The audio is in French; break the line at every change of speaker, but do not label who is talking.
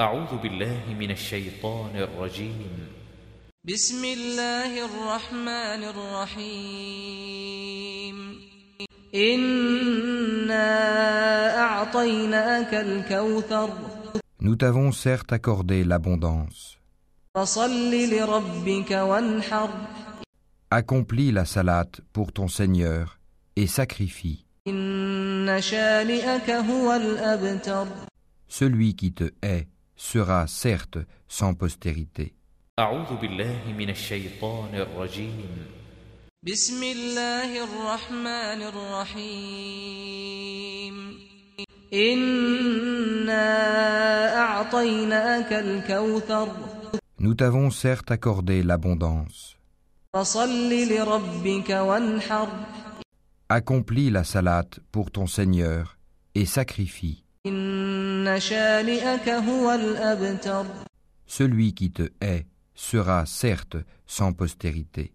أعوذ بالله من الشيطان الرجيم
بسم الله الرحمن الرحيم إنا أعطيناك الكوثر
Nous t'avons certes accordé l'abondance.
فصل لربك وانحر
Accomplis la salate pour ton Seigneur et sacrifie.
إن شانئك هو الأبتر
Celui qui te hait sera certes sans postérité.
أعوذ بالله من الشيطان الرجيم
بسم الله الرحمن الرحيم إنا أعطيناك الكوثر
Nous t'avons certes accordé l'abondance.
فصل لربك وانحر
Accomplis la salate pour ton Seigneur et sacrifie.
إن شانئك هو الأبتر
Celui qui te hait sera certes sans postérité.